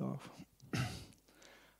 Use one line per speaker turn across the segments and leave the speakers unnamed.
auf.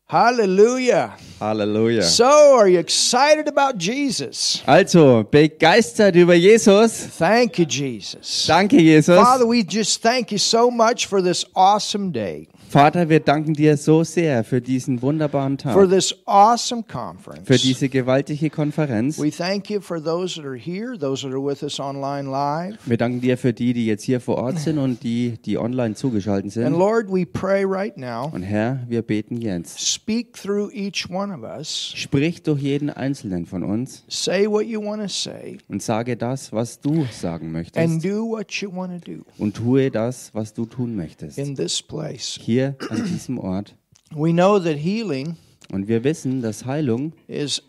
Halleluja.
Halleluja.
So, are you excited about Jesus?
Also, begeistert über Jesus.
Thank you, Jesus.
Danke, Jesus.
Father, we just thank you so much for this awesome day,
Vater, wir danken dir so sehr für diesen wunderbaren
for
Tag,
this awesome
für
conference.
diese gewaltige Konferenz.
We thank you for those that are here, those that are with us online live.
Wir danken dir für die, die jetzt hier vor Ort sind und die, die online zugeschaltet
And
sind.
Lord, we pray right now,
Und Herr, wir beten jetzt.
speak through each one of us.
Sprich durch jeden Einzelnen von uns
Say what you want to say
und sage das, was du sagen
and
möchtest
do what you want to do
und tue das, was du tun möchtest.
in this place.
Hier an diesem Ort.
We know that healing
Und wir wissen, dass Heilung
is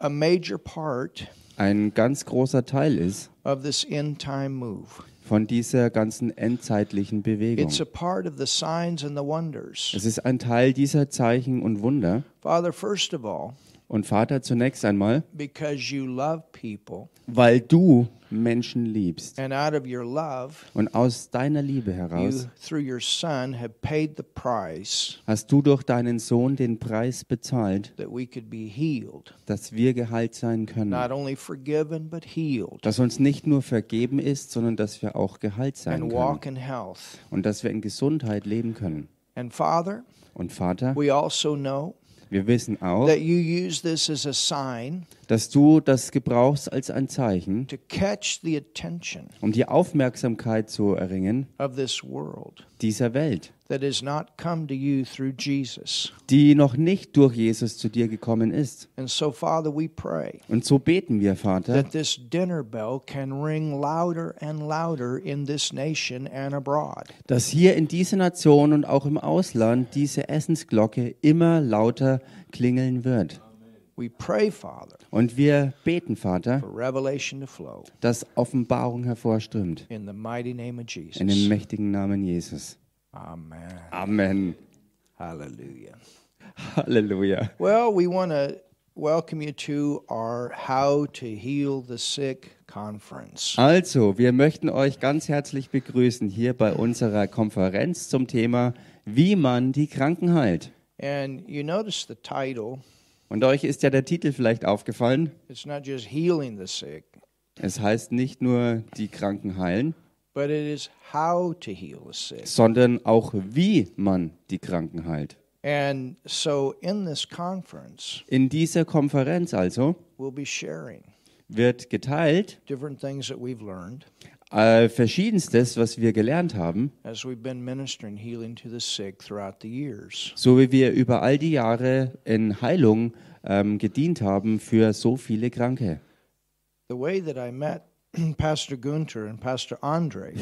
a major part
ein ganz großer Teil ist
of this end time move.
von dieser ganzen endzeitlichen Bewegung.
It's a part of the signs and the wonders.
Es ist ein Teil dieser Zeichen und Wunder.
Father, first of all,
Und Vater, zunächst einmal,
because you love people,
weil du Menschen liebst
and out of your love,
und aus deiner Liebe heraus
you, through your Son, have paid the price
hast du durch deinen Sohn den Preis bezahlt,
that we could be healed.
dass wir geheilt sein können.
Not only forgiven, but healed
Dass uns nicht nur vergeben ist, sondern dass wir auch geheilt sein
and
können
walk in health.
und dass wir in Gesundheit leben können.
And Father,
Und Vater,
we also know
wir wissen auch,
that you use this as a sign
dass du das gebrauchst als ein Zeichen,
to catch the attention
um die Aufmerksamkeit zu erringen
of this world
dieser Welt,
that has not come to you through Jesus.
die noch nicht durch Jesus zu dir gekommen ist.
And so, Father, we pray
Und so beten wir, Vater,
that this dinner bell can ring louder and louder in this nation and abroad.
dass hier in dieser Nation und auch im Ausland diese Essensglocke immer lauter klingeln wird.
We pray, Father,
Und wir beten, Vater,
for revelation to flow
dass Offenbarung hervorströmt.
in the mighty name of
In dem
Jesus.
mächtigen Namen Jesus.
Amen.
Amen.
Hallelujah.
Halleluja.
Well, we want to welcome you to our How to Heal the Sick conference.
Also, wir möchten euch ganz herzlich begrüßen hier bei unserer Konferenz zum Thema, wie man die Kranken heilt.
And you notice the title,
Und euch ist ja der Titel vielleicht aufgefallen.
it's not just healing the sick,
Es heißt nicht nur die Kranken heilen,
but it is how to heal the sick.
sondern auch, wie man die Kranken heilt.
And so in this conference,
In dieser Konferenz also
we'll be sharing
wird geteilt
different things that we've learned
äh, verschiedenstes, was wir gelernt haben,
as we've been ministering healing to the sick throughout the years.
so wie wir über all die Jahre in Heilung ähm, gedient haben für so viele Kranke.
The way that I met Pastor Gunter and Pastor Andre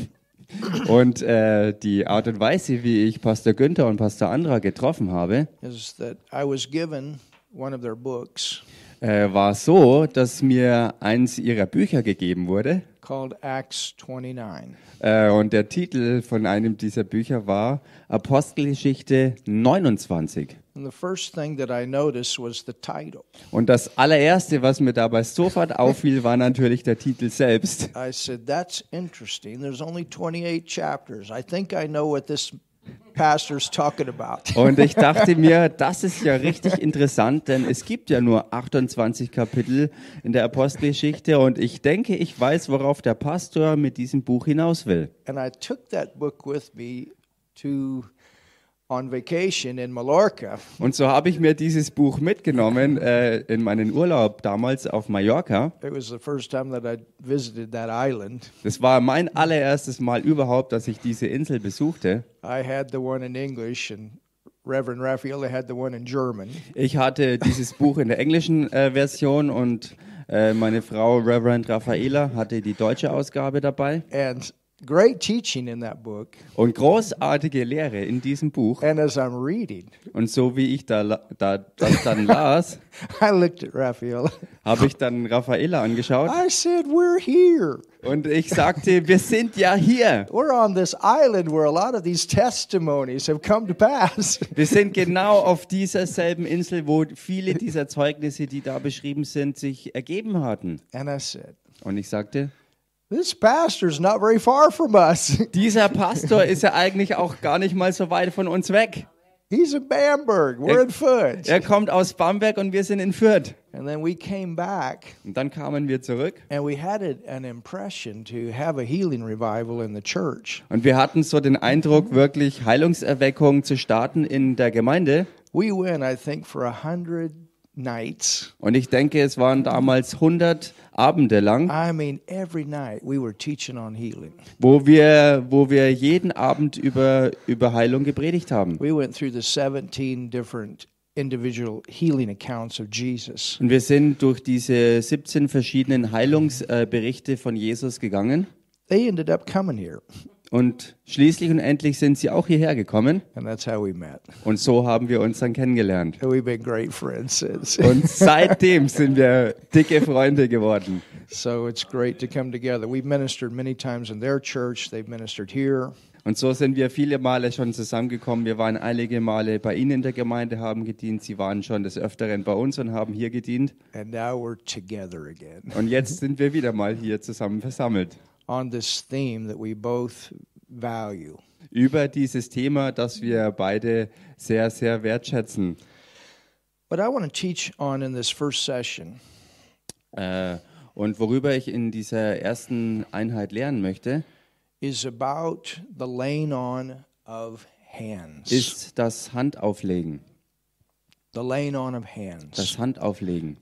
Und äh, die Art und Weise, wie ich Pastor Günther und Pastor Andra getroffen habe,
is that I was given one of their books
äh, war so, dass mir eins ihrer Bücher gegeben wurde.
called Acts 29.
Äh, und der Titel von einem dieser Bücher war Apostelgeschichte 29.
And the first thing that I noticed was the title.
Und das allererste, was mir dabei sofort auffiel, war natürlich der Titel selbst.
I said, That's interesting. There's only 28 chapters. I think I know what this pastor's talking about.
Und ich dachte mir, das ist ja richtig interessant, denn es gibt ja nur 28 Kapitel in der Apostelgeschichte und ich denke, ich weiß, worauf der Pastor mit diesem Buch hinaus will.
And I took that book with me to on vacation in Mallorca.
Und so habe ich mir dieses Buch mitgenommen äh, in meinen Urlaub damals auf Mallorca.
It was the first time that I visited that island.
Das war mein allererstes Mal überhaupt, dass ich diese Insel besuchte.
I had the one in English, and Reverend Raffaele had the one in German.
Ich hatte dieses Buch in der englischen äh, Version und äh, meine Frau Reverend Raffaela hatte die deutsche Ausgabe dabei.
And great teaching in that book.
Und großartige Lehre in diesem Buch.
And as I'm reading,
Und so wie ich da, la- da das dann las,
I looked at Raffaele.
habe ich dann Raffaela angeschaut
I said, We're here.
und ich sagte, wir sind ja hier.
We're on this island where a lot of these testimonies have come to pass.
Wir sind genau auf dieser selben Insel, wo viele dieser Zeugnisse, die da beschrieben sind, sich ergeben hatten.
And I said,
Und ich sagte,
This pastor's not very far from us.
dieser Pastor ist ja eigentlich auch gar nicht mal so weit von uns weg.
He's in Bamberg. We're in Fudge.
Er kommt aus Bamberg und wir sind in Fürth.
And then we came back
Und dann kamen wir zurück
and we had a- an impression to have a healing revival in the church.
und wir hatten so den Eindruck, wirklich Heilungserweckung zu starten in der Gemeinde.
We went, I think, for a hundred nights.
Und ich denke, es waren damals 100 Abende lang,
I mean, every night we were teaching on healing.
wo wir, wo wir jeden Abend über, über Heilung gepredigt haben.
We went through the 17 different individual healing accounts of Jesus.
Und wir sind durch diese 17 verschiedenen Heilungsberichte von Jesus gegangen.
They ended up coming here,
Und schließlich und endlich sind sie auch hierher gekommen.
and that's how we met.
Und so haben wir uns dann kennengelernt.
And we've been great friends since.
Und seitdem sind wir dicke Freunde geworden.
so it's great to come together. We've ministered many times in their church, they've ministered here.
Und so sind wir viele Male schon zusammengekommen. Wir waren einige Male bei Ihnen in der Gemeinde, haben gedient. Sie waren schon des Öfteren bei uns und haben hier gedient.
And now we're together again
Und jetzt sind wir wieder mal hier zusammen versammelt.
on this theme that we both value.
Über dieses Thema, das wir beide sehr, sehr wertschätzen.
What I want to teach on in this first session
Äh, und worüber ich in dieser ersten Einheit lernen möchte,
is about the laying on of hands.
ist das Handauflegen.
the laying on of hands.
Das Handauflegen.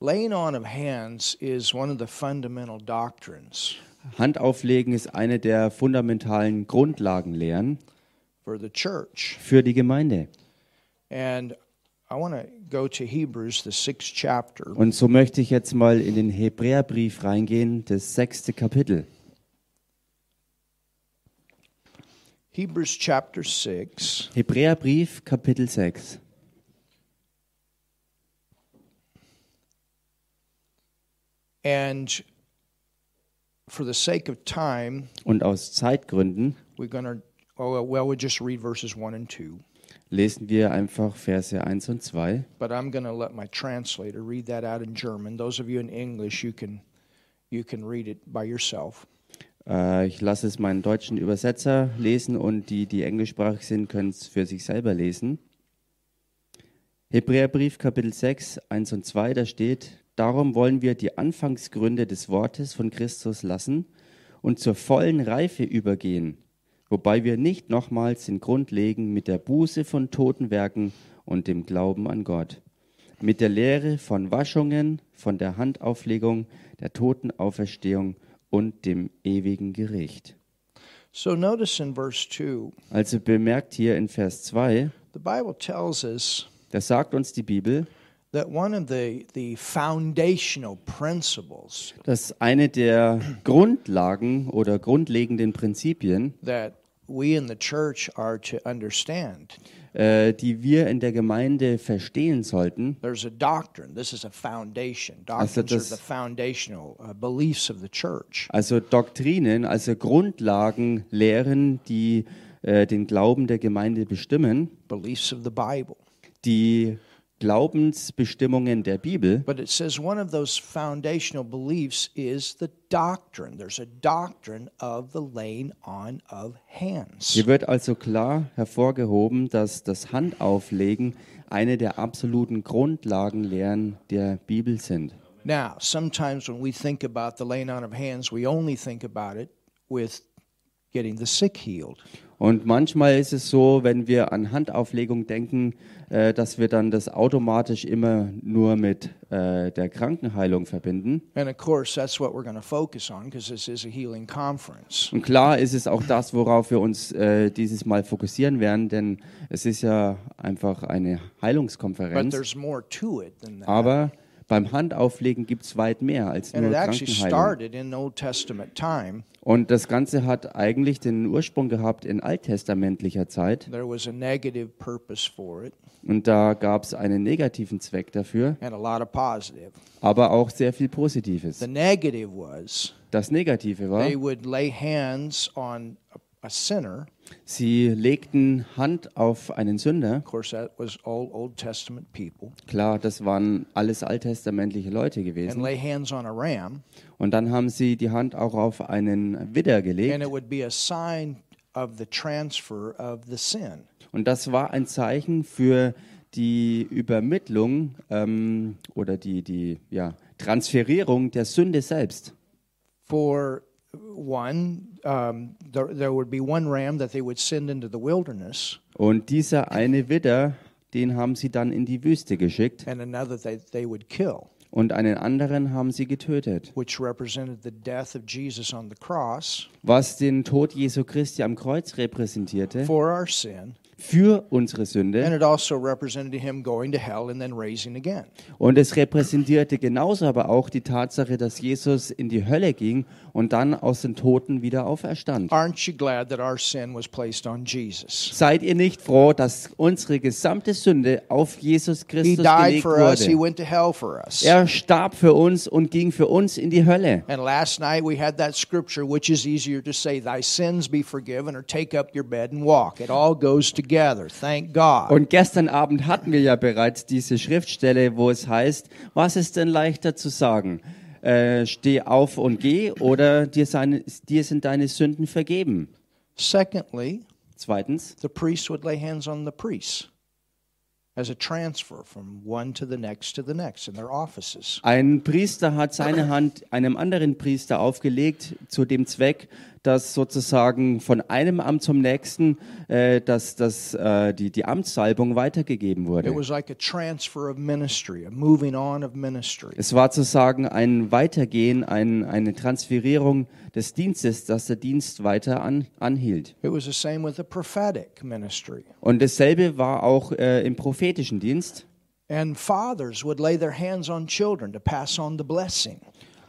Laying on of hands is one of the fundamental doctrines
Handauflegen ist eine der fundamentalen Grundlagenlehren
for the church.
für die Gemeinde.
And I want to go to Hebrews, the sixth chapter,
Und so möchte ich jetzt mal in den Hebräerbrief reingehen, das sechste Kapitel.
Hebrews chapter 6,
Hebräerbrief, Kapitel 6.
and for the sake of time,
Und aus Zeitgründen
we're going to, oh, well, we'll just read verses 1 and 2,
lesen wir einfach Verse 1 und 2.
but I'm going to let my translator read that out in German. Those of you in English, you can, you can read it by yourself.
Äh, ich lasse es meinen deutschen Übersetzer lesen und die, die englischsprachig sind, können es für sich selber lesen. Hebräerbrief Kapitel 6, 1 und 2, da steht, darum wollen wir die Anfangsgründe des Wortes von Christus lassen und zur vollen Reife übergehen, wobei wir nicht nochmals den Grund legen mit der Buße von Totenwerken und dem Glauben an Gott, mit der Lehre von Waschungen, von der Handauflegung, der Totenauferstehung und dem ewigen Gericht.
So notice in verse 2,
Also bemerkt hier in Vers 2,
the Bible tells us
da sagt uns die Bibel,
that one of the, the foundational principles
dass eine der Grundlagen oder grundlegenden Prinzipien,
that we in the church are to understand
äh, die wir in der Gemeinde verstehen sollten,
there's a doctrine this is a foundation doctrines
this-
are the foundational uh, beliefs of the church
also Doktrinen, also Grundlagen, Lehren, die äh, den Glauben der Gemeinde bestimmen,
beliefs of the bible
die Glaubensbestimmungen der Bibel.
but it says one of those foundational beliefs is the doctrine there's a doctrine of the laying on of hands
Hier wird also klar hervorgehoben, dass das Handauflegen eine der absoluten Grundlagenlehren der Bibel sind.
now sometimes when we think about the laying on of hands we only think about it with getting the sick healed
Und manchmal ist es so, wenn wir an Handauflegung denken, äh, dass wir dann das automatisch immer nur mit äh, der Krankenheilung verbinden.
And of course, that's what we're going to focus on because this is a healing conference.
Und klar ist es auch das, worauf wir uns äh, dieses Mal fokussieren werden, denn es ist ja einfach eine
But
Heilungskonferenz.
there's more to it than that.
Aber beim Handauflegen gibt es weit mehr als
And
nur
it actually
Krankenheilung.
started in Old Testament time.
Und das Ganze hat eigentlich den Ursprung gehabt in alttestamentlicher Zeit.
There was a negative purpose for it
Und da gab es einen negativen Zweck dafür,
and a lot of positive.
aber auch sehr viel Positives.
The negative was
Das Negative war,
they would lay hands on a, a sinner.
sie legten Hand auf einen Sünder.
Of course, that was all Old Testament people.
Klar, das waren alles alttestamentliche Leute
And
gewesen.
lay hands on a ram.
Und dann haben sie die Hand auch auf einen Widder
And
gelegt.
it would be a sign of the transfer of the sin.
Und das war ein Zeichen für die Übermittlung ähm, oder die, die ja, Transferierung der Sünde selbst.
For one, um, there, there would be one ram that they would send into the wilderness,
Und dieser eine Widder, den haben sie dann in die Wüste geschickt
and another that they would kill,
und einen anderen haben sie getötet,
which represented the death of Jesus on the cross
was den Tod Jesu Christi am Kreuz repräsentierte
for our sin.
für unsere
And
Sünde
it also represented him going to hell and then raising again.
und es repräsentierte genauso aber auch die Tatsache, dass Jesus in die Hölle ging und dann aus den Toten wieder auferstand.
Aren't you glad that our sin was placed on Jesus?
Seid ihr nicht froh, dass unsere gesamte Sünde auf Jesus
He
Christus
died
gelegt
for us, he
wurde?
went to hell for us.
Er starb für uns und ging für uns in die Hölle.
And last night we had that scripture, which is easier to say, Thy sins be forgiven, or take up your bed and walk. It all goes together. Thank God.
Und gestern Abend hatten wir ja bereits diese Schriftstelle, wo es heißt, was ist denn leichter zu sagen? Äh, steh auf und geh oder dir, seine, dir sind deine Sünden vergeben.
Secondly,
Zweitens,
the priests would lay hands on the priests as a transfer from one to the next to the next in their offices.
ein Priester hat seine Hand einem anderen Priester aufgelegt zu dem Zweck, dass sozusagen von einem Amt zum nächsten, äh, dass, dass äh, die, die Amtssalbung weitergegeben
It
wurde.
was like a transfer of ministry, a moving on of ministry.
Es war sozusagen ein Weitergehen, ein, eine Transferierung des Dienstes, dass der Dienst weiter an, anhielt.
It was the same with the prophetic ministry.
Und dasselbe war auch äh, im prophetischen Dienst.
And fathers would lay their hands on children to pass on the blessing.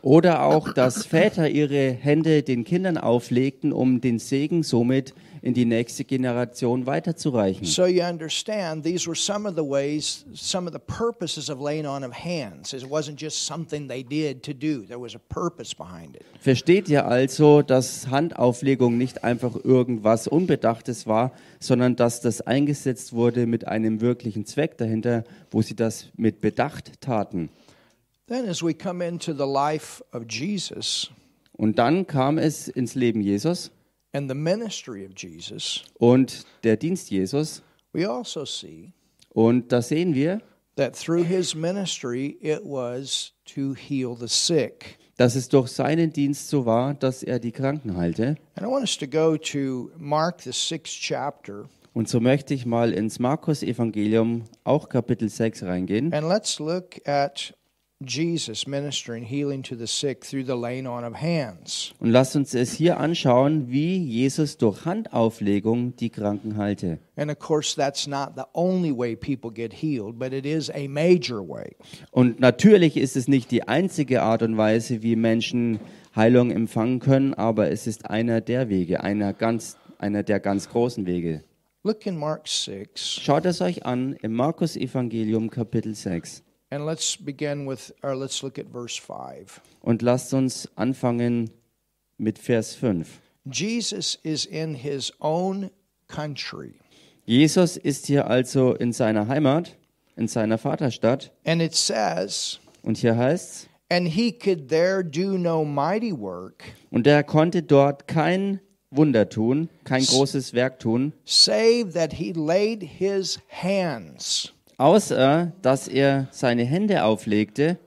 Oder auch, dass Väter ihre Hände den Kindern auflegten, um den Segen somit in die nächste Generation weiterzureichen.
So you understand, these were some of the ways, some of the purposes of laying on of hands. It wasn't just something they did to do, there was a purpose behind it.
Versteht ihr also, dass Handauflegung nicht einfach irgendwas Unbedachtes war, sondern dass das eingesetzt wurde mit einem wirklichen Zweck dahinter, wo sie das mit Bedacht taten.
Then, as we come into the life of Jesus
Und dann kam es ins Leben Jesus
and the ministry of Jesus,
und der Dienst Jesus.
we also see
Und da sehen wir,
that through his ministry, it was to heal the sick.
dass es durch seinen Dienst so war, dass er die Kranken heilte.
And I want us to go to Mark, the sixth chapter,
Und so möchte ich mal ins Markus-Evangelium, auch Kapitel 6, reingehen.
and let's look at Jesus ministering, healing to the sick through the laying on of hands.
Und lasst uns es hier anschauen, wie Jesus durch Handauflegung die Kranken heilte.
And of course, that's not the only way people get healed, but it is a major way.
Und natürlich ist es nicht die einzige Art und Weise, wie Menschen Heilung empfangen können, aber es ist einer der Wege, einer, ganz, einer der ganz großen Wege.
Look in Mark 6,
Schaut es euch an im Markus Evangelium Kapitel 6
and let's begin with, or let's look at verse 5.
und lasst uns anfangen mit Vers 5.
Jesus is in his own country,
Jesus ist hier also in seiner Heimat, in seiner Vaterstadt
and it says,
und hier heißt's
and he could there do no mighty work,
und er konnte dort kein Wunder tun, kein großes Werk tun,
save that he laid his hands.
außer dass er seine Hände auflegte.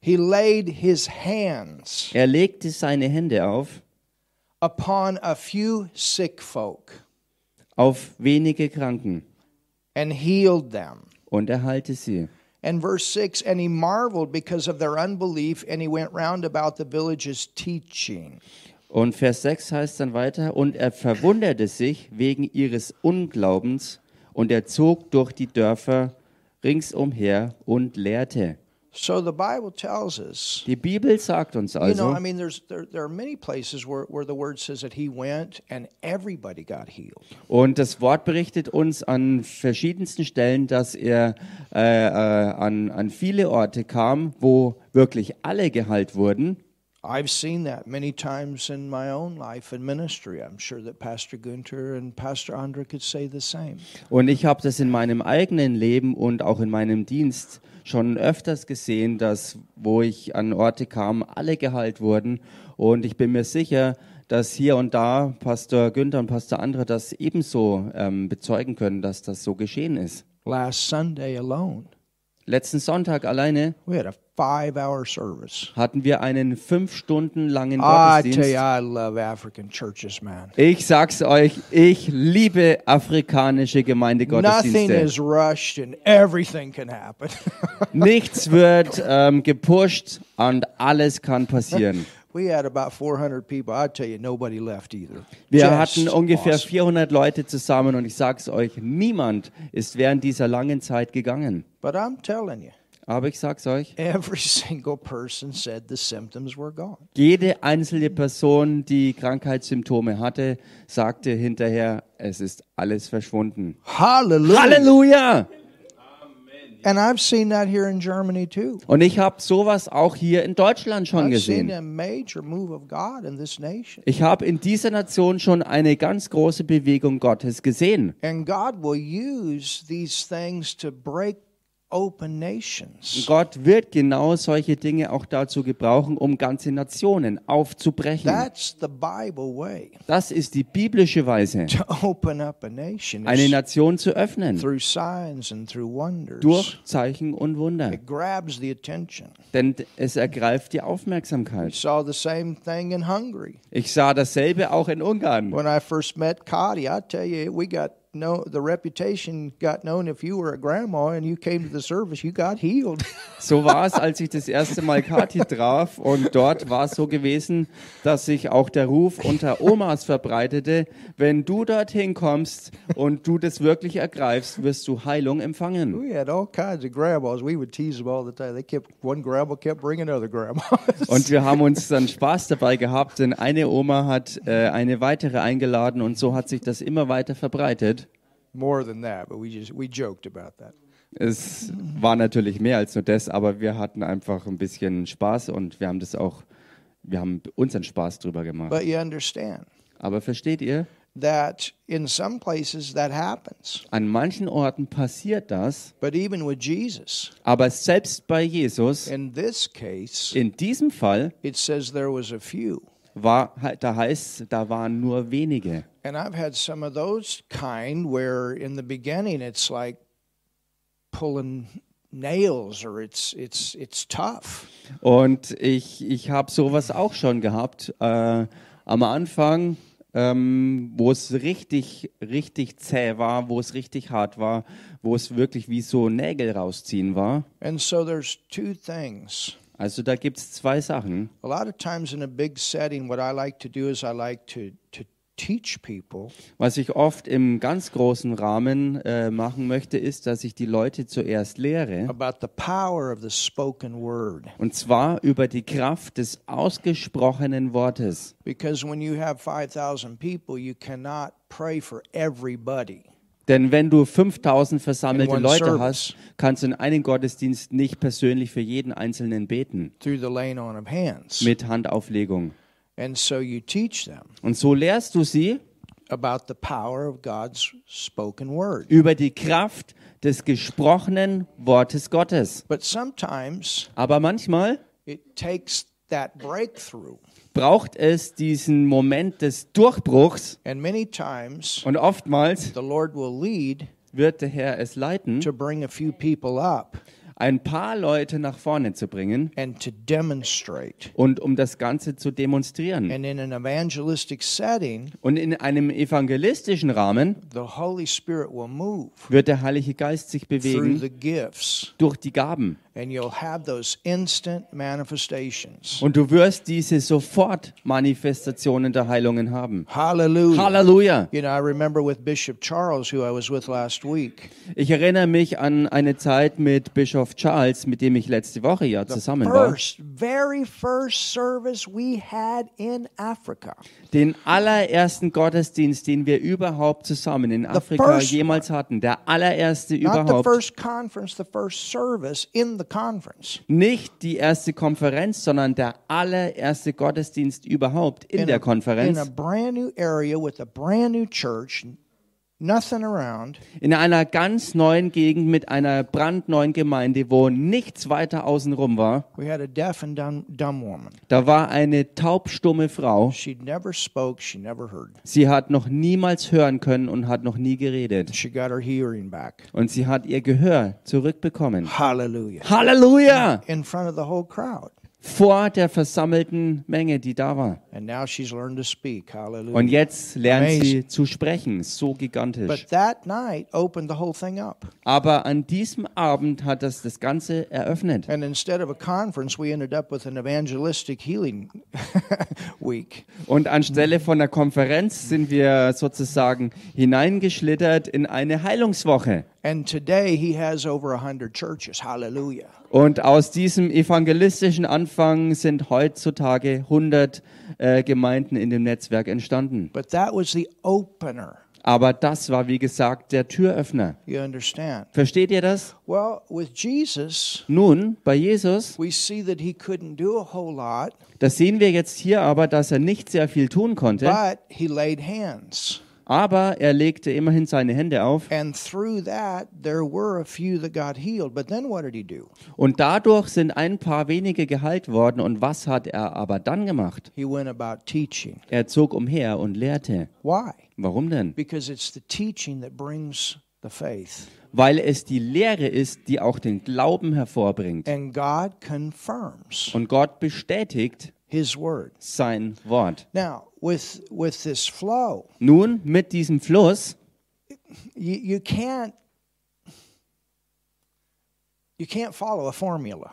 He laid his hands
Er legte seine Hände auf
upon a few sick folk
auf wenige Kranken
and healed them.
und erhalte sie.
And verse 6 And he marveled because of their unbelief, and he went round about the villages teaching.
Und Vers 6 heißt dann weiter, und er verwunderte sich wegen ihres Unglaubens, und er zog durch die Dörfer ringsumher und lehrte.
So the Bible tells us.
Die Bibel sagt uns
You know,
also,
I mean, there's, there, there are many places where, where the word says that he went and everybody got healed.
und das Wort berichtet uns an verschiedensten Stellen, dass er äh, äh, an, an viele Orte kam, wo wirklich alle geheilt wurden.
I've seen that many times in my own life and ministry. I'm sure that Pastor Gunter and Pastor Andre could say the same.
Und ich habe das in meinem eigenen Leben und auch in meinem Dienst schon öfters gesehen, dass wo ich an Orte kam, alle geheilt wurden. Und ich bin mir sicher, dass hier und da Pastor Günther und Pastor andere das ebenso ähm, bezeugen können, dass das so geschehen ist.
Last Sunday alone,
Letzten Sonntag alleine
we had a five hour service.
hatten wir einen fünf Stunden langen
I tell you,
Gottesdienst.
I love African churches, man.
Ich sag's euch, ich liebe afrikanische
Nothing
Gemeindegottesdienste.
is rushed and everything can happen.
Nichts wird ähm, gepusht und alles kann passieren.
we had about 400 people. I tell you, nobody left either.
Wir
Just
hatten ungefähr
awesome.
400 Leute zusammen und ich sag's euch, niemand ist während dieser langen Zeit gegangen.
But I'm telling you,
Aber ich sag's euch,
every single person said the symptoms were gone.
jede einzelne Person, die Krankheitssymptome hatte, sagte hinterher, es ist alles verschwunden.
Hallelujah.
Halleluja!
And I've seen that here in Germany too.
Und ich habe sowas auch hier in Deutschland schon
I've seen
gesehen.
a major move of God in this nation.
Ich habe in dieser Nation schon eine ganz große Bewegung Gottes gesehen.
And God will use these things to break open nations.
Gott wird genau solche Dinge auch dazu gebrauchen, um ganze Nationen aufzubrechen.
That's the Bible way
Das ist die biblische Weise,
to open up a nation
eine
is
Nation zu öffnen.
through signs and through wonders.
Durch Zeichen und Wunder.
It grabs the attention.
Denn es ergreift die
We
Aufmerksamkeit.
saw the same thing in Hungary.
Ich sah dasselbe auch in Ungarn.
When I first met Cotty, I tell you, we got no the reputation got known if you were a grandma and you came to the service, you got healed.
So war es, als ich das erste Mal Kathi traf. Und dort war es so gewesen, dass sich auch der Ruf unter Omas verbreitete. Wenn du dorthin kommst und du das wirklich ergreifst, wirst du Heilung empfangen.
We had all kinds of grandmas. We would tease them all the time. They kept one grandma kept bringing other grandmas.
Und wir haben uns dann Spaß dabei gehabt, denn eine Oma hat äh, eine weitere eingeladen und so hat sich das immer weiter verbreitet.
More than that, but we just we joked about that.
Es war natürlich mehr als nur das, aber wir hatten einfach ein bisschen Spaß und wir haben das auch, wir haben unseren Spaß drüber gemacht.
But you understand
Aber versteht ihr?
that in some places that happens.
An manchen Orten passiert das,
But even with Jesus,
aber selbst bei Jesus,
in this case,
in diesem Fall,
it says there was a few.
war, da heißt, da waren nur wenige.
And I've had some of those kind where in the beginning it's like pulling nails or it's it's it's tough.
Und ich, ich habe sowas auch schon gehabt. Äh, am Anfang, ähm, wo es richtig, richtig zäh war, wo es richtig hart war, wo es wirklich wie so Nägel rausziehen war.
And so there's two things.
Also da gibt es zwei Sachen.
A lot of times in a big setting, what I like to do is I like to, to teach people
Was ich oft im ganz großen Rahmen äh, machen möchte, ist, dass ich die Leute zuerst lehre.
about the power of the spoken word.
Und zwar über die Kraft des ausgesprochenen Wortes.
Because when you have 5,000 people, you cannot pray for everybody.
Denn wenn du 5000
In
versammelte
one
Leute
service.
hast, kannst du in einem Gottesdienst nicht persönlich für jeden Einzelnen beten
Through the laying on of hands.
mit Handauflegung.
And so you teach them
Und so lehrst du sie
about the power of God's spoken word.
über die Kraft des gesprochenen Wortes Gottes.
But sometimes
Aber manchmal
it takes that breakthrough.
braucht es diesen Moment des Durchbruchs
And many times
und oftmals
the Lord will lead
wird der Herr es leiten,
to bring a few people up
ein paar Leute nach vorne zu bringen
and to demonstrate.
und um das Ganze zu demonstrieren.
And in an evangelistic setting,
Und in einem evangelistischen Rahmen
the Holy Spirit will move
wird der Heilige Geist sich
through
bewegen
the gifts,
durch die Gaben.
and you'll have those instant manifestations.
Und du wirst diese sofort Manifestationen der Heilungen haben.
Hallelujah.
Halleluja!
You know, I remember with Bishop Charles, who I was with last week,
Ich erinnere mich an eine Zeit mit Bischof Charles, mit dem ich letzte Woche ja zusammen war.
first, very first service we had in Africa.
Den allerersten Gottesdienst, den wir überhaupt zusammen in Afrika
first
jemals hatten. Der allererste
Not the
überhaupt.
first conference, the first service in the conference.
Nicht die erste Konferenz, sondern der allererste Gottesdienst überhaupt in
a,
der
in a
Konferenz.
brand new area with a brand new church, nothing around,
in einer ganz neuen Gegend mit einer brandneuen Gemeinde, wo nichts weiter außenrum war.
we had a deaf and dumb, dumb woman.
Da war eine taubstumme Frau.
She never spoke, she never heard.
Sie hat noch niemals hören können und hat noch nie geredet.
She got her hearing back.
Und sie hat ihr Gehör zurückbekommen.
Hallelujah.
Halleluja!
In front of the whole crowd.
Vor der versammelten Menge, die da war.
And now she's learned to speak. Hallelujah.
Und jetzt lernt sie
Amazing.
zu sprechen. So gigantisch.
But that night opened the whole thing up.
Aber an diesem Abend hat das das Ganze eröffnet.
And instead of a conference, we ended up with an evangelistic healing week.
Und anstelle von einer Konferenz sind wir sozusagen hineingeschlittert in eine Heilungswoche.
And today he has over 100 churches. Hallelujah.
Und aus diesem evangelistischen Anfang sind heutzutage 100 äh, Gemeinden in dem Netzwerk entstanden.
But that was the opener.
Aber das war, wie gesagt, der Türöffner.
You understand?
Versteht ihr das?
Well, with Jesus,
Nun, bei Jesus,
we see that he couldn't do a whole lot,
das sehen wir jetzt hier aber, dass er nicht sehr viel tun konnte,
but he laid hands.
aber er legte immerhin seine Hände auf
And through that, there were a few that got healed. But then what did he do?
und dadurch sind ein paar wenige geheilt worden. Und was hat er aber dann gemacht?
He went about teaching.
Er zog umher und lehrte.
Why?
Warum denn?
Because it's the teaching that brings the faith.
Weil es die Lehre ist, die auch den Glauben hervorbringt.
And God confirms
Und Gott bestätigt
his word.
sein Wort.
Now, with, with this flow,
Nun, mit diesem Fluss,
you, you can't you can't follow a formula.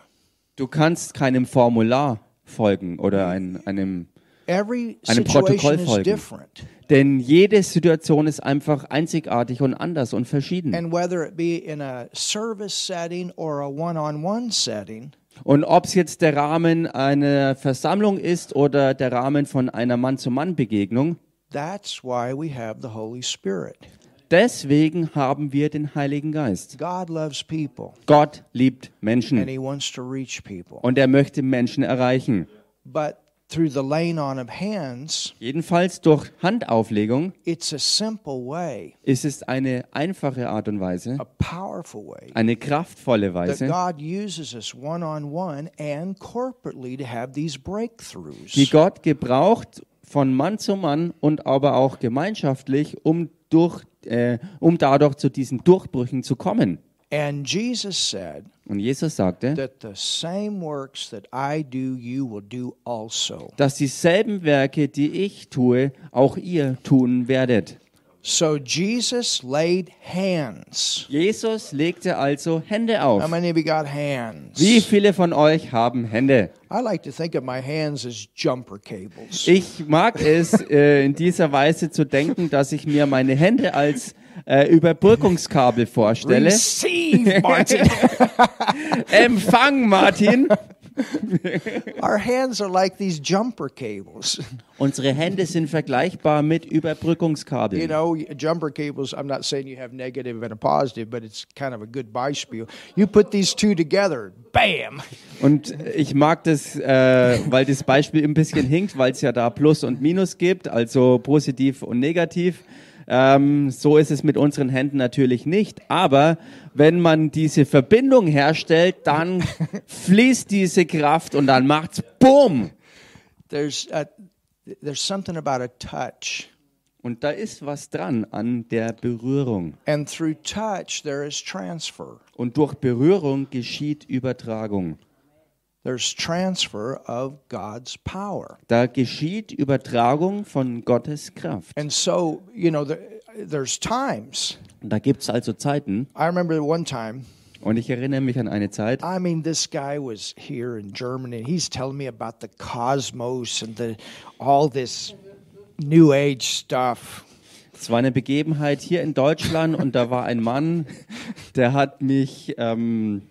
du kannst keinem Formular folgen oder ein, einem.
Every
Einem Protokoll
situation is
folgen.
different.
Denn jede Situation ist einfach einzigartig und anders und verschieden.
And whether it be in a service setting or a one-on-one setting,
Und ob es jetzt der Rahmen einer Versammlung ist oder der Rahmen von einer Mann-zu-Mann-Begegnung,
that's why we have the Holy Spirit.
deswegen haben wir den Heiligen Geist.
God loves people
Gott liebt
and
Menschen
he wants to reach people.
und er möchte Menschen erreichen.
But through the laying on of hands,
Jedenfalls durch Handauflegung
it's a simple way,
ist es eine einfache Art und Weise,
a powerful way
eine kraftvolle
that
Weise,
God uses us one on one and corporately to have these breakthroughs.
die Gott gebraucht von Mann zu Mann und aber auch gemeinschaftlich, um, durch, äh, um dadurch zu diesen Durchbrüchen zu kommen.
And Jesus said
Und Jesus sagte,
that the same works that I do, you will do also.
dass dieselben Werke, die ich tue, auch ihr tun werdet.
So Jesus laid hands.
Jesus legte also Hände
How
auf.
many of you got
Wie
hands?
viele von euch haben Hände?
I like to think of my hands as jumper cables.
Ich mag es, äh, in dieser Weise zu denken, dass ich mir meine Hände als äh, Überbrückungskabel vorstelle.
Receive, Martin.
Empfang, Martin!
Our hands are like these jumper cables.
Unsere Hände sind vergleichbar mit
You
Überbrückungskabeln.
know, jumper cables, I'm not saying you have negative and a positive, but it's kind of a good Beispiel. You put these two together, bam.
Und ich mag das, äh, weil das Beispiel ein bisschen hinkt, weil es ja da Plus und Minus gibt, also positiv und negativ. Ähm, so ist es mit unseren Händen natürlich nicht, aber wenn man diese Verbindung herstellt, dann fließt diese Kraft und dann macht's BUM!
There's, a, there's something about a touch.
Und da ist was dran an der Berührung.
And through touch, there is transfer.
Und durch Berührung geschieht Übertragung.
There's transfer of God's power.
Da geschieht Übertragung von Gottes Kraft.
And so, you know, the, there's times.
Und da gibt es also Zeiten,
I remember one time,
und ich erinnere mich an eine Zeit,
I mean, this guy was here in Germany. and He's telling me about the cosmos and the, all this new age stuff.
es war eine Begebenheit hier in Deutschland und da war ein Mann, der hat mich ähm,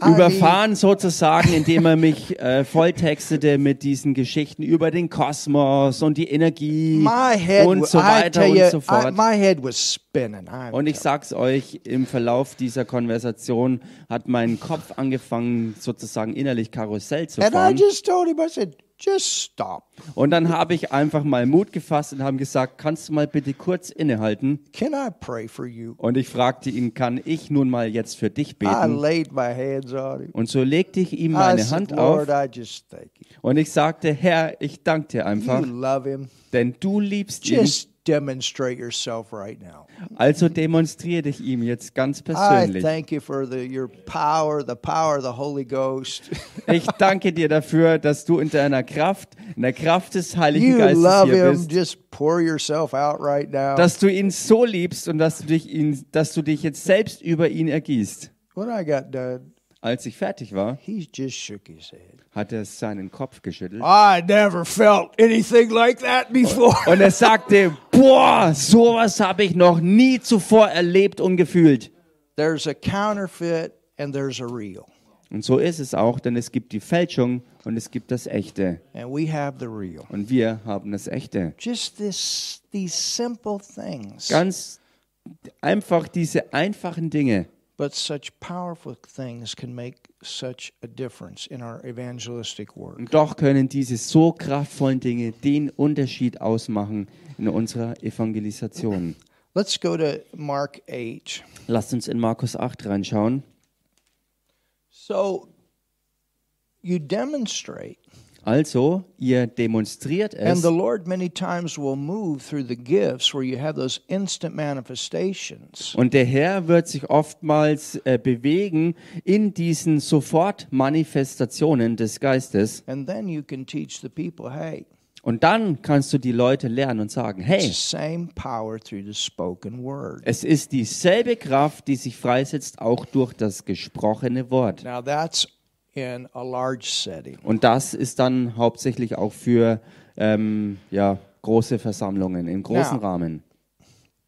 Ali.
überfahren sozusagen, indem er mich äh, volltextete mit diesen Geschichten über den Kosmos und die Energie
My head,
und so
wa- I
weiter
tell you,
und so fort.
I- my head was spinning. I'm
Und ich sag's euch, im Verlauf dieser Konversation hat mein Kopf angefangen, sozusagen innerlich Karussell zu
And I
fahren.
just told him, I said, just stop.
Und dann habe ich einfach mal Mut gefasst und haben gesagt, kannst du mal bitte kurz innehalten?
Can I pray for you?
Und ich fragte ihn, kann ich nun mal jetzt für dich
I
beten?
laid my hands on him.
Und so legte ich ihm
I
meine
said,
Hand
Lord,
auf
I just thank you.
und ich sagte, Herr, ich danke dir einfach,
You love him.
denn du liebst ihn.
Just demonstrate yourself right now.
Also demonstriere dich ihm jetzt ganz
I
persönlich.
thank you for the, your power, the power of the Holy Ghost.
Ich danke dir dafür, dass du in deiner Kraft, in der Kraft des Heiligen
you
Geistes
love
hier
him.
bist,
Just pour yourself out right now.
dass du ihn so liebst und dass du dich, ihn, dass du dich jetzt selbst über ihn ergießt.
when I got done,
Als ich fertig war,
he just shook his head.
hat er seinen Kopf geschüttelt
I never felt anything like that before.
und er sagte, boah, sowas habe ich noch nie zuvor erlebt und gefühlt.
There's a counterfeit and there's a real.
Und so ist es auch, denn es gibt die Fälschung und es gibt das Echte.
And we have the real.
Und wir haben das Echte.
Just this these simple things,
Ganz einfach diese einfachen Dinge.
but such powerful things can make such a difference in our evangelistic work.
Und doch können diese so kraftvollen Dinge den Unterschied ausmachen in unserer Evangelisation.
Let's go to Mark 8.
Lasst uns in Markus 8 reinschauen.
So you demonstrate,
Also, ihr demonstriert
and
es.
the Lord many times will move through the gifts where you have those instant manifestations.
Und der Herr wird sich oftmals äh, bewegen in diesen Sofortmanifestationen des Geistes.
And then you can teach the people, hey,
Und dann kannst du die Leute lernen und sagen,
it's the
hey,
same power through the spoken word.
es ist dieselbe Kraft, die sich freisetzt, auch durch das gesprochene Wort.
Now that's in a large setting.
Und das ist dann hauptsächlich auch für ähm, ja, große Versammlungen im großen
Ja.
Rahmen.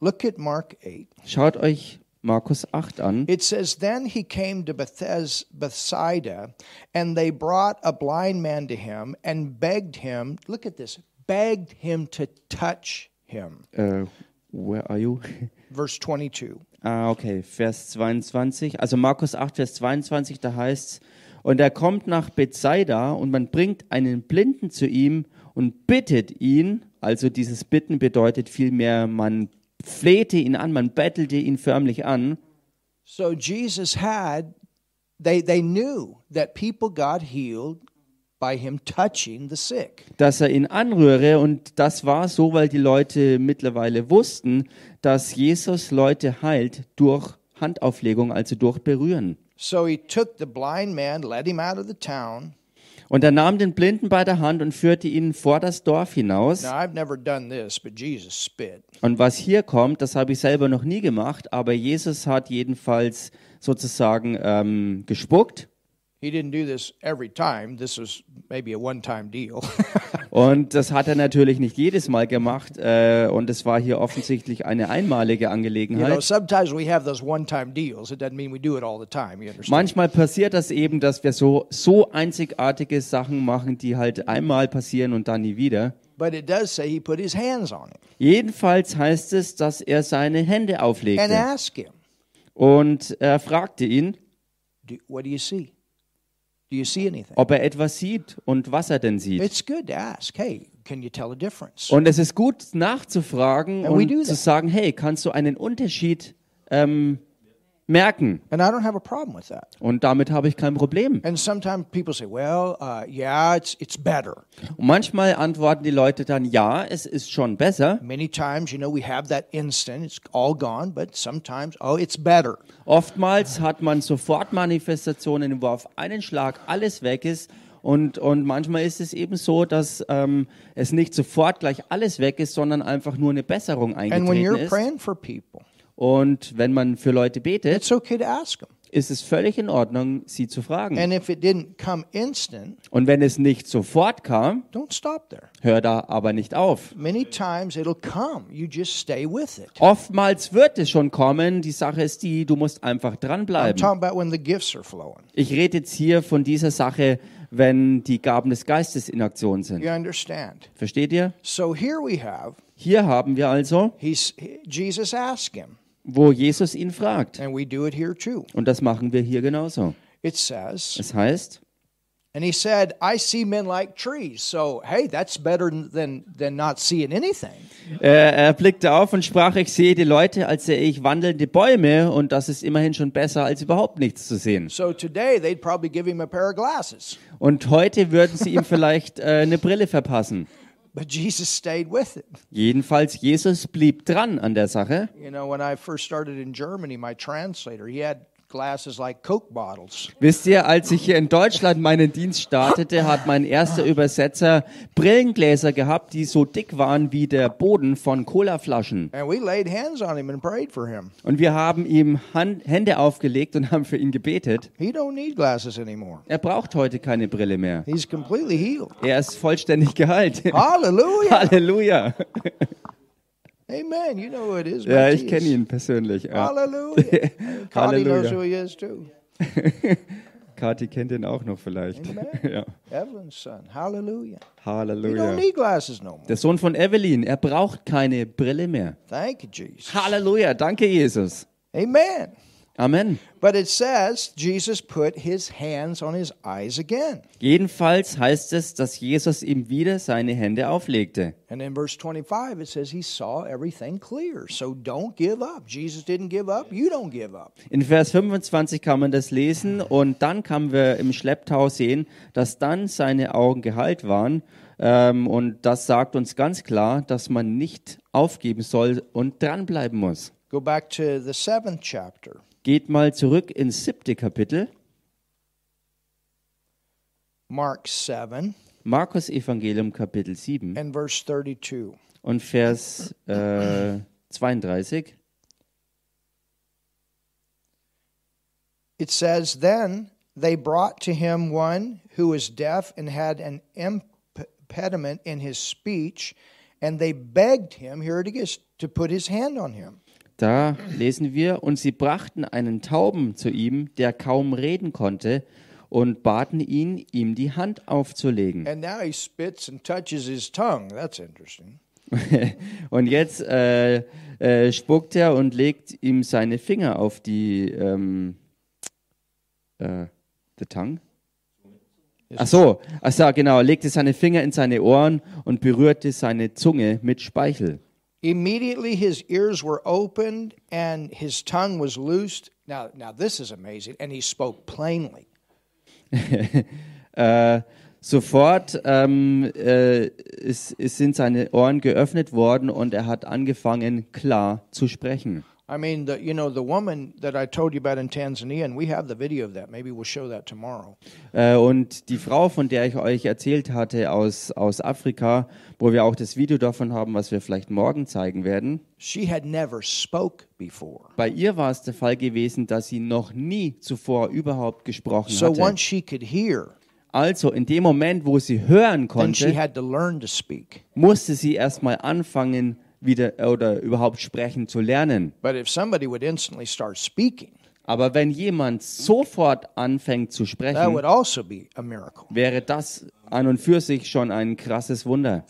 Look at Mark 8.
Schaut euch Markus 8 an.
It says, Then he came to Bethes- Bethsaida, and they brought a blind man to him and begged him, look at this, begged him to touch him.
Äh, where are you?
Verse 22.
Ah, okay, Vers 22. Also Markus 8, Vers 22, da heißt es, und er kommt nach Bethsaida und man bringt einen Blinden zu ihm und bittet ihn, also dieses Bitten bedeutet vielmehr, man flehte ihn an, man bettelte ihn förmlich an.
So Jesus had, they, they knew that people got healed by him touching the sick.
dass er ihn anrühre. Und das war so, weil die Leute mittlerweile wussten, dass Jesus Leute heilt durch Handauflegung, also durch Berühren.
So he took the blind man, led him out of the town.
Und er nahm den Blinden bei der Hand und führte ihn vor das Dorf hinaus.
Now, I've never done this, but Jesus spit.
Und was hier kommt, das habe ich selber noch nie gemacht, aber Jesus hat jedenfalls sozusagen ähm, gespuckt.
He didn't do this every time. This was maybe a one time deal.
Und das hat er natürlich nicht jedes Mal gemacht. Äh, und es war hier offensichtlich eine einmalige
You know,
Angelegenheit.
sometimes we have those one-time deals. It doesn't mean we do it all the time. You understand?
Manchmal passiert das eben, dass wir so, so einzigartige Sachen machen, die halt einmal passieren und dann nie wieder.
But it does say he put his hands on him
Jedenfalls heißt es, dass er seine Hände
and
auflegte
asked him,
und er fragte ihn,
do, "What do you see? Do you see anything?"
ob er etwas sieht und was er denn sieht.
It's good to ask. Hey, can you tell a difference?
Und es ist gut nachzufragen
And we do
und
that.
zu sagen, hey, kannst du einen Unterschied ähm, merken?
And I don't have a problem with that.
Und damit habe ich kein Problem.
And sometimes people say, "Well, uh, yeah, it's it's better."
Und manchmal antworten die Leute dann, ja, es ist schon besser.
Many times, you know, we have that instant. It's all gone. But sometimes, oh, it's better.
Oftmals hat man sofort Manifestationen, wo auf einen Schlag alles weg ist. Und, und manchmal ist es eben so, dass ähm, es nicht sofort gleich alles weg ist, sondern einfach nur eine Besserung
And when
eingetreten
you're
ist.
praying for people,
Und wenn man für Leute betet,
it's okay to ask them.
ist es völlig in Ordnung, sie zu fragen.
And if it didn't come instant,
Und wenn es nicht sofort kam,
don't stop there.
hör da aber nicht auf.
Many times it'll come. You just stay with it.
Oftmals wird es schon kommen. Die Sache ist die, du musst einfach
I'm
dranbleiben.
talking about when the gifts are flowing.
Ich rede jetzt hier von dieser Sache, wenn die Gaben des Geistes in Aktion sind.
You understand?
Versteht ihr?
So here we have
Hier haben wir also,
he's he- Jesus asked him,
wo Jesus ihn fragt.
and we do it here too.
Und das machen wir hier genauso.
It says,
Es heißt,
And he said, I see men like trees. So, hey, that's better than, than not seeing anything.
Er, er blickte auf und sprach, ich sehe die Leute, als sehe ich wandelnde Bäume und das ist immerhin schon besser, als überhaupt nichts zu sehen.
So today they'd probably give him a pair of glasses.
Und heute würden sie ihm vielleicht äh, eine Brille verpassen.
But Jesus stayed with it.
Jedenfalls, Jesus blieb dran an der Sache.
You know, when I first started in Germany, my translator, he had glasses like Coke bottles.
Wisst ihr, als ich hier in Deutschland meinen Dienst startete, hat mein erster Übersetzer Brillengläser gehabt, die so dick waren wie der Boden von Colaflaschen.
And we laid hands on him and prayed for him.
Und wir haben ihm Han- Hände aufgelegt und haben für ihn gebetet.
He don't need glasses anymore.
Er braucht heute keine Brille mehr.
He's completely healed.
Er ist vollständig geheilt.
Hallelujah.
Halleluja.
Amen. You know who it is.
Ja, ich
Matthias.
kenne ihn persönlich. Ja.
Hallelujah. Connie knows
Halleluja.
who he is too.
Kathi kennt ihn auch noch vielleicht. Ja.
Evelyn's son. Hallelujah. You don't
Halleluja.
need glasses no more.
Der Sohn von Evelyn, er braucht keine Brille mehr.
Thank you, Jesus.
Halleluja, danke Jesus.
Amen.
Amen.
But it says Jesus put his hands on his eyes again.
Jedenfalls heißt es, dass Jesus ihm wieder seine Hände auflegte.
And in verse 25, it says he saw everything clear. So don't give up. Jesus didn't give up. You don't give up.
In Vers 25 kann man das lesen und dann kann wir im Schlepptau sehen, dass dann seine Augen geheilt waren. Ähm, und das sagt uns ganz klar, dass man nicht aufgeben soll und dranbleiben muss.
Go back to the seventh chapter.
Geht mal zurück ins siebte Kapitel,
Mark 7
Markus Evangelium Kapitel 7
and verse 32.
und Vers äh, 32.
It says, Then they brought to him one who was deaf and had an imp- impediment in his speech, and they begged him, here it is, to put his hand on him.
Da lesen wir, und sie brachten einen Tauben zu ihm, der kaum reden konnte, und baten ihn, ihm die Hand aufzulegen.
And now he spits and touches his tongue. That's interesting.
Und jetzt äh, äh, spuckt er und legt ihm seine Finger auf die ähm, äh, the tongue. Ach so, ach so, genau, legte seine Finger in seine Ohren und berührte seine Zunge mit Speichel.
Immediately his ears were opened and his tongue was loosed. Now, now this is amazing. And he spoke plainly.
Äh, sofort ähm, äh, es, es sind seine Ohren geöffnet worden und er hat angefangen, klar zu sprechen.
I mean, the, you know, the woman that I told you about in Tanzania, and we have the video of that. Maybe we'll show that tomorrow.
Äh, und die Frau, von der ich euch erzählt hatte aus, aus Afrika, wo wir auch das Video davon haben, was wir vielleicht morgen zeigen werden,
She had never spoke before.
bei ihr war es der Fall gewesen, dass sie noch nie zuvor überhaupt gesprochen
So
hatte.
once she could hear,
Also in dem Moment, wo sie hören
then she
konnte,
had to learn to speak.
musste sie erstmal anfangen, wieder oder überhaupt sprechen zu lernen.
But if somebody would instantly start speaking,
Aber wenn jemand sofort anfängt zu
that
sprechen,
would also be a miracle.
wäre das an und für sich schon ein krasses Wunder.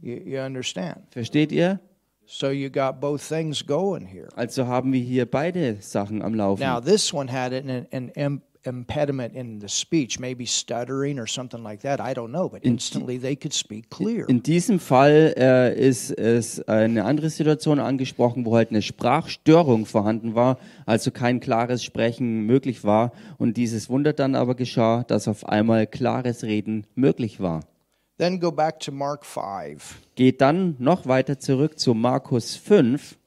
You, you understand?
Versteht ihr?
So you got both things going here.
Also haben wir hier beide Sachen am Laufen.
Now, this one had an, an, im- impediment in the speech, maybe stuttering or something like that. I don't know, but instantly they could speak clear.
In diesem Fall äh, ist es eine andere Situation angesprochen, wo halt eine Sprachstörung vorhanden war, also kein klares Sprechen möglich war. Und dieses Wunder dann aber geschah, dass auf einmal klares Reden möglich war.
Then go back to Mark 5
Geht dann noch weiter zurück zu Markus 5,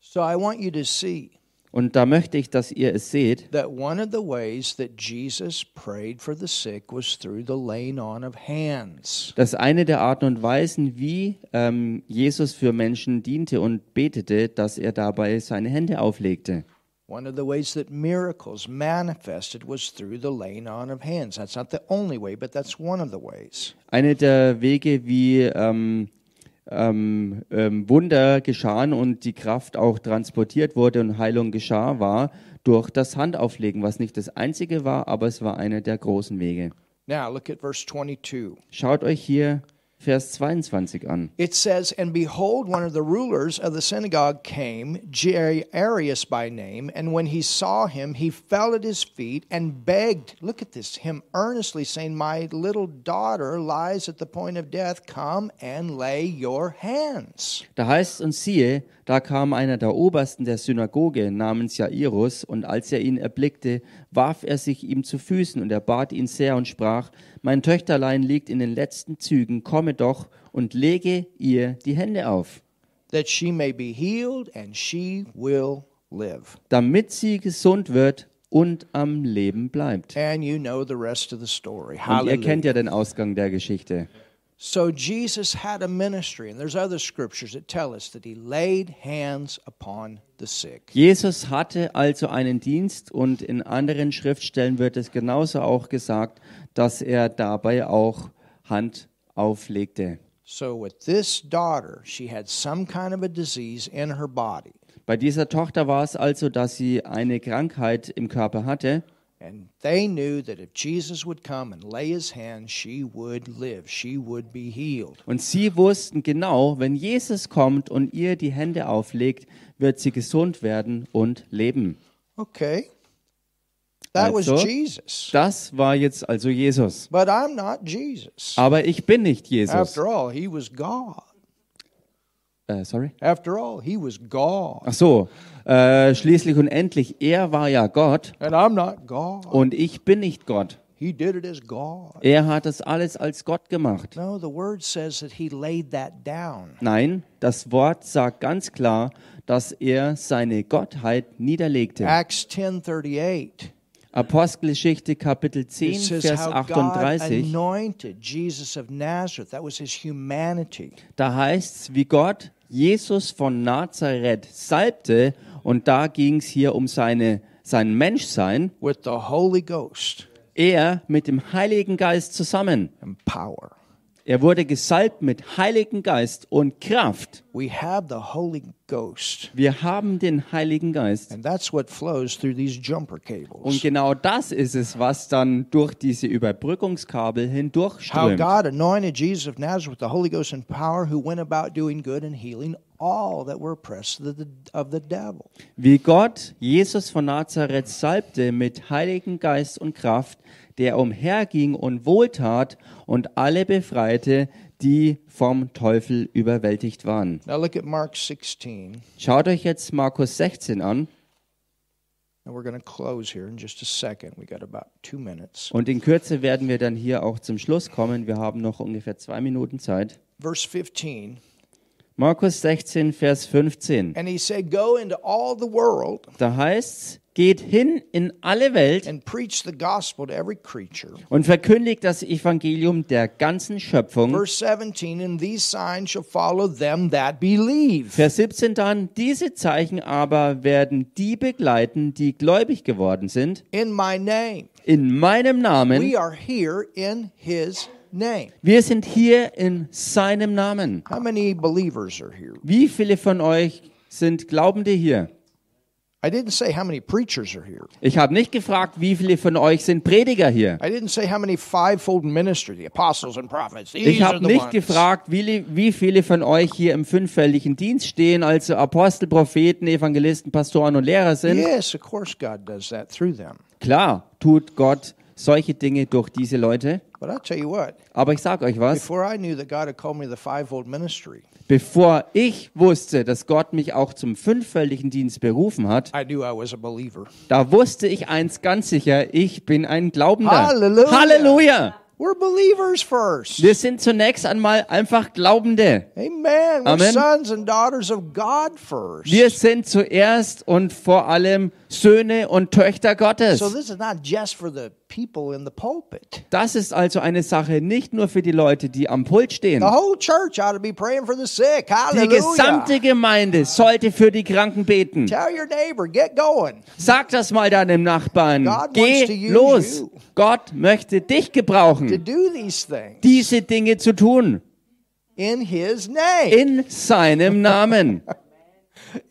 So I want you to see
und da möchte ich, dass ihr es seht.
that one of the ways that Jesus prayed for the sick was through the laying on of hands.
dass eine der Arten und Weisen, wie ähm, Jesus für Menschen diente und betete, dass er dabei seine Hände auflegte.
One of the ways that miracles manifested was through the laying on of hands. That's not the only way, but that's one of the ways.
Eine der Wege, wie ähm, ähm, ähm, Wunder geschahen und die Kraft auch transportiert wurde und Heilung geschah, war durch das Handauflegen, was nicht das einzige war, aber es war einer der großen Wege.
Now look at verse 22.
Schaut euch hier Vers 22 an.
It says, And behold, one of the rulers of the synagogue came, Jairus by name, and when he saw him, he fell at his feet and begged, look at this, him earnestly saying, My little daughter lies at the point of death. Come and lay your hands.
Da heißt es, und siehe, da kam einer der Obersten der Synagoge namens Jairus, und als er ihn erblickte, warf er sich ihm zu Füßen, und er bat ihn sehr und sprach, Mein Töchterlein liegt in den letzten Zügen, komme doch und lege ihr die Hände auf,
That she may be healed, and she will live.
damit sie gesund wird und am Leben bleibt.
And you know the rest of the story.
Und ihr
Hallelujah.
kennt ja den Ausgang der Geschichte.
So Jesus had a ministry, and there's other scriptures that tell us that he laid hands upon the sick.
Jesus hatte also einen Dienst und in anderen Schriftstellen wird es genauso auch gesagt, dass er dabei auch Hand auflegte.
So with this daughter, she had some kind of a disease in her body,
Bei dieser Tochter war es also, dass sie eine Krankheit im Körper hatte
and they knew that if Jesus would come and lay his hand, she would live, she would be healed.
und sie wussten genau, wenn Jesus kommt und ihr die Hände auflegt, wird sie gesund werden und leben.
Okay. That was
Also-
Jesus.
Das war jetzt also Jesus.
But I'm not Jesus.
Aber ich bin nicht Jesus.
After all, he was God.
Äh, sorry.
After all, he was God.
Ach so. Äh, schließlich und endlich, er war ja Gott
And I'm not God.
und ich bin nicht Gott.
He did it as God.
Er hat das alles als Gott gemacht.
No, the word says that he laid that down.
Nein, das Wort sagt ganz klar, dass er seine Gottheit niederlegte.
Acts 10:38.
Apostelgeschichte Kapitel
It
10,
says
Vers
how God
38,
anointed Jesus of Nazareth. That was his humanity.
da heißt es, wie Gott Jesus von Nazareth salbte und da ging es hier um seine, sein Menschsein,
with the Holy Ghost
er mit dem Heiligen Geist zusammen.
and power.
Er wurde gesalbt mit Heiligen Geist und Kraft.
We have the Holy Ghost,
Wir haben den Heiligen Geist.
and that's what flows through these jumper
Und
cables.
genau das ist es, was dann durch diese Überbrückungskabel
How
hindurchströmt.
God anointed Jesus of Nazareth with the Holy Ghost and power, who went about doing good and healing all that were oppressed of the, of the devil.
Wie Gott Jesus von Nazareth salbte mit Heiligen Geist und Kraft, der umherging und wohltat und alle befreite, die vom Teufel überwältigt waren.
Now look at Mark 16,
Schaut euch jetzt Markus 16 an
and we're going to close here in just a second. We got about two minutes.
und in Kürze werden wir dann hier auch zum Schluss kommen. Wir haben noch ungefähr zwei Minuten Zeit.
Verse 15,
Markus 16, Vers 15.
and he said, Go into all the world
Da heißt's, geht hin in alle Welt
and preach the gospel to every creature.
und verkündigt das Evangelium der ganzen Schöpfung.
Verse 17, and these signs shall follow them that believe.
Vers 17 dann, diese Zeichen aber werden die begleiten, die gläubig geworden sind,
In my name.
in meinem Namen.
We are here in his name.
Wir sind hier in seinem Namen.
How many believers are here?
Wie viele von euch sind Glaubende hier?
I didn't say how many preachers are here.
Ich habe nicht gefragt, wie viele von euch sind Prediger hier.
I didn't say how many fivefold ministry, the apostles and prophets. These
Ich
are
habe
the
nicht
ones.
gefragt, wie, li- wie viele von euch hier im fünffälligen Dienst stehen, also Apostel, Propheten, Evangelisten, Pastoren und Lehrer sind.
Yes, of course God does that through them.
Klar tut Gott solche Dinge durch diese Leute.
But I'll tell you what,
Aber ich sage euch was,
before I knew that God had called me to the fivefold ministry,
Bevor ich wusste, dass Gott mich auch zum fünffältigen Dienst berufen hat,
I knew I was a believer.
da wusste ich eins ganz sicher, ich bin ein Glaubender.
Halleluja.
Halleluja!
We're believers first.
Wir sind zunächst einmal einfach Glaubende.
Amen. We're
Amen.
sons and daughters of God first.
Wir sind zuerst und vor allem Söhne und Töchter
So
Gottes.
this is not just for the people in the pulpit.
Das ist also eine Sache nicht nur für die Leute, die am Pult stehen.
The whole church ought to be praying for the sick.
Die gesamte
Hallelujah.
Gemeinde sollte für die Kranken beten.
Tell your neighbor, get going.
Sag das mal deinem Nachbarn.
God wants to
Geh
use
los.
you.
Gott möchte dich gebrauchen.
To do these things
diese Dinge zu tun.
in his name.
In seinem Namen.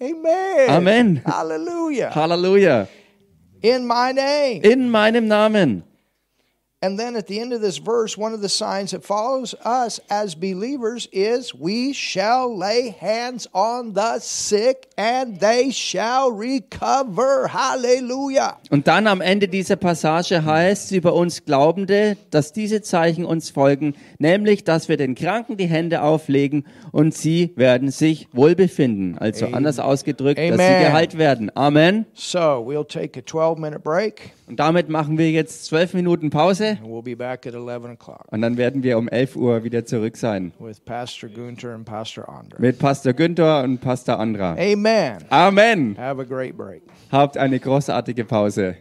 Amen.
Amen.
Hallelujah.
Halleluja.
In my name.
In meinem Namen.
And then at the end of this verse, one of the signs that follows us as believers is we shall lay hands on the sick and they shall recover. Hallelujah.
Und dann am Ende dieser Passage heißt es über uns Glaubende, dass diese Zeichen uns folgen, nämlich dass wir den Kranken die Hände auflegen und sie werden sich wohlbefinden. Also anders ausgedrückt, dass
Amen.
sie geheilt werden. Amen.
So we'll take a 12 minute break
Und damit machen wir jetzt zwölf Minuten Pause
and we'll be back at 11 o'clock
und dann werden wir um 11 Uhr wieder zurück sein.
with Pastor Gunter and Pastor Andre.
Mit Pastor Günther und Pastor Andra.
Amen.
Amen.
Have a great break.
Habt eine großartige Pause.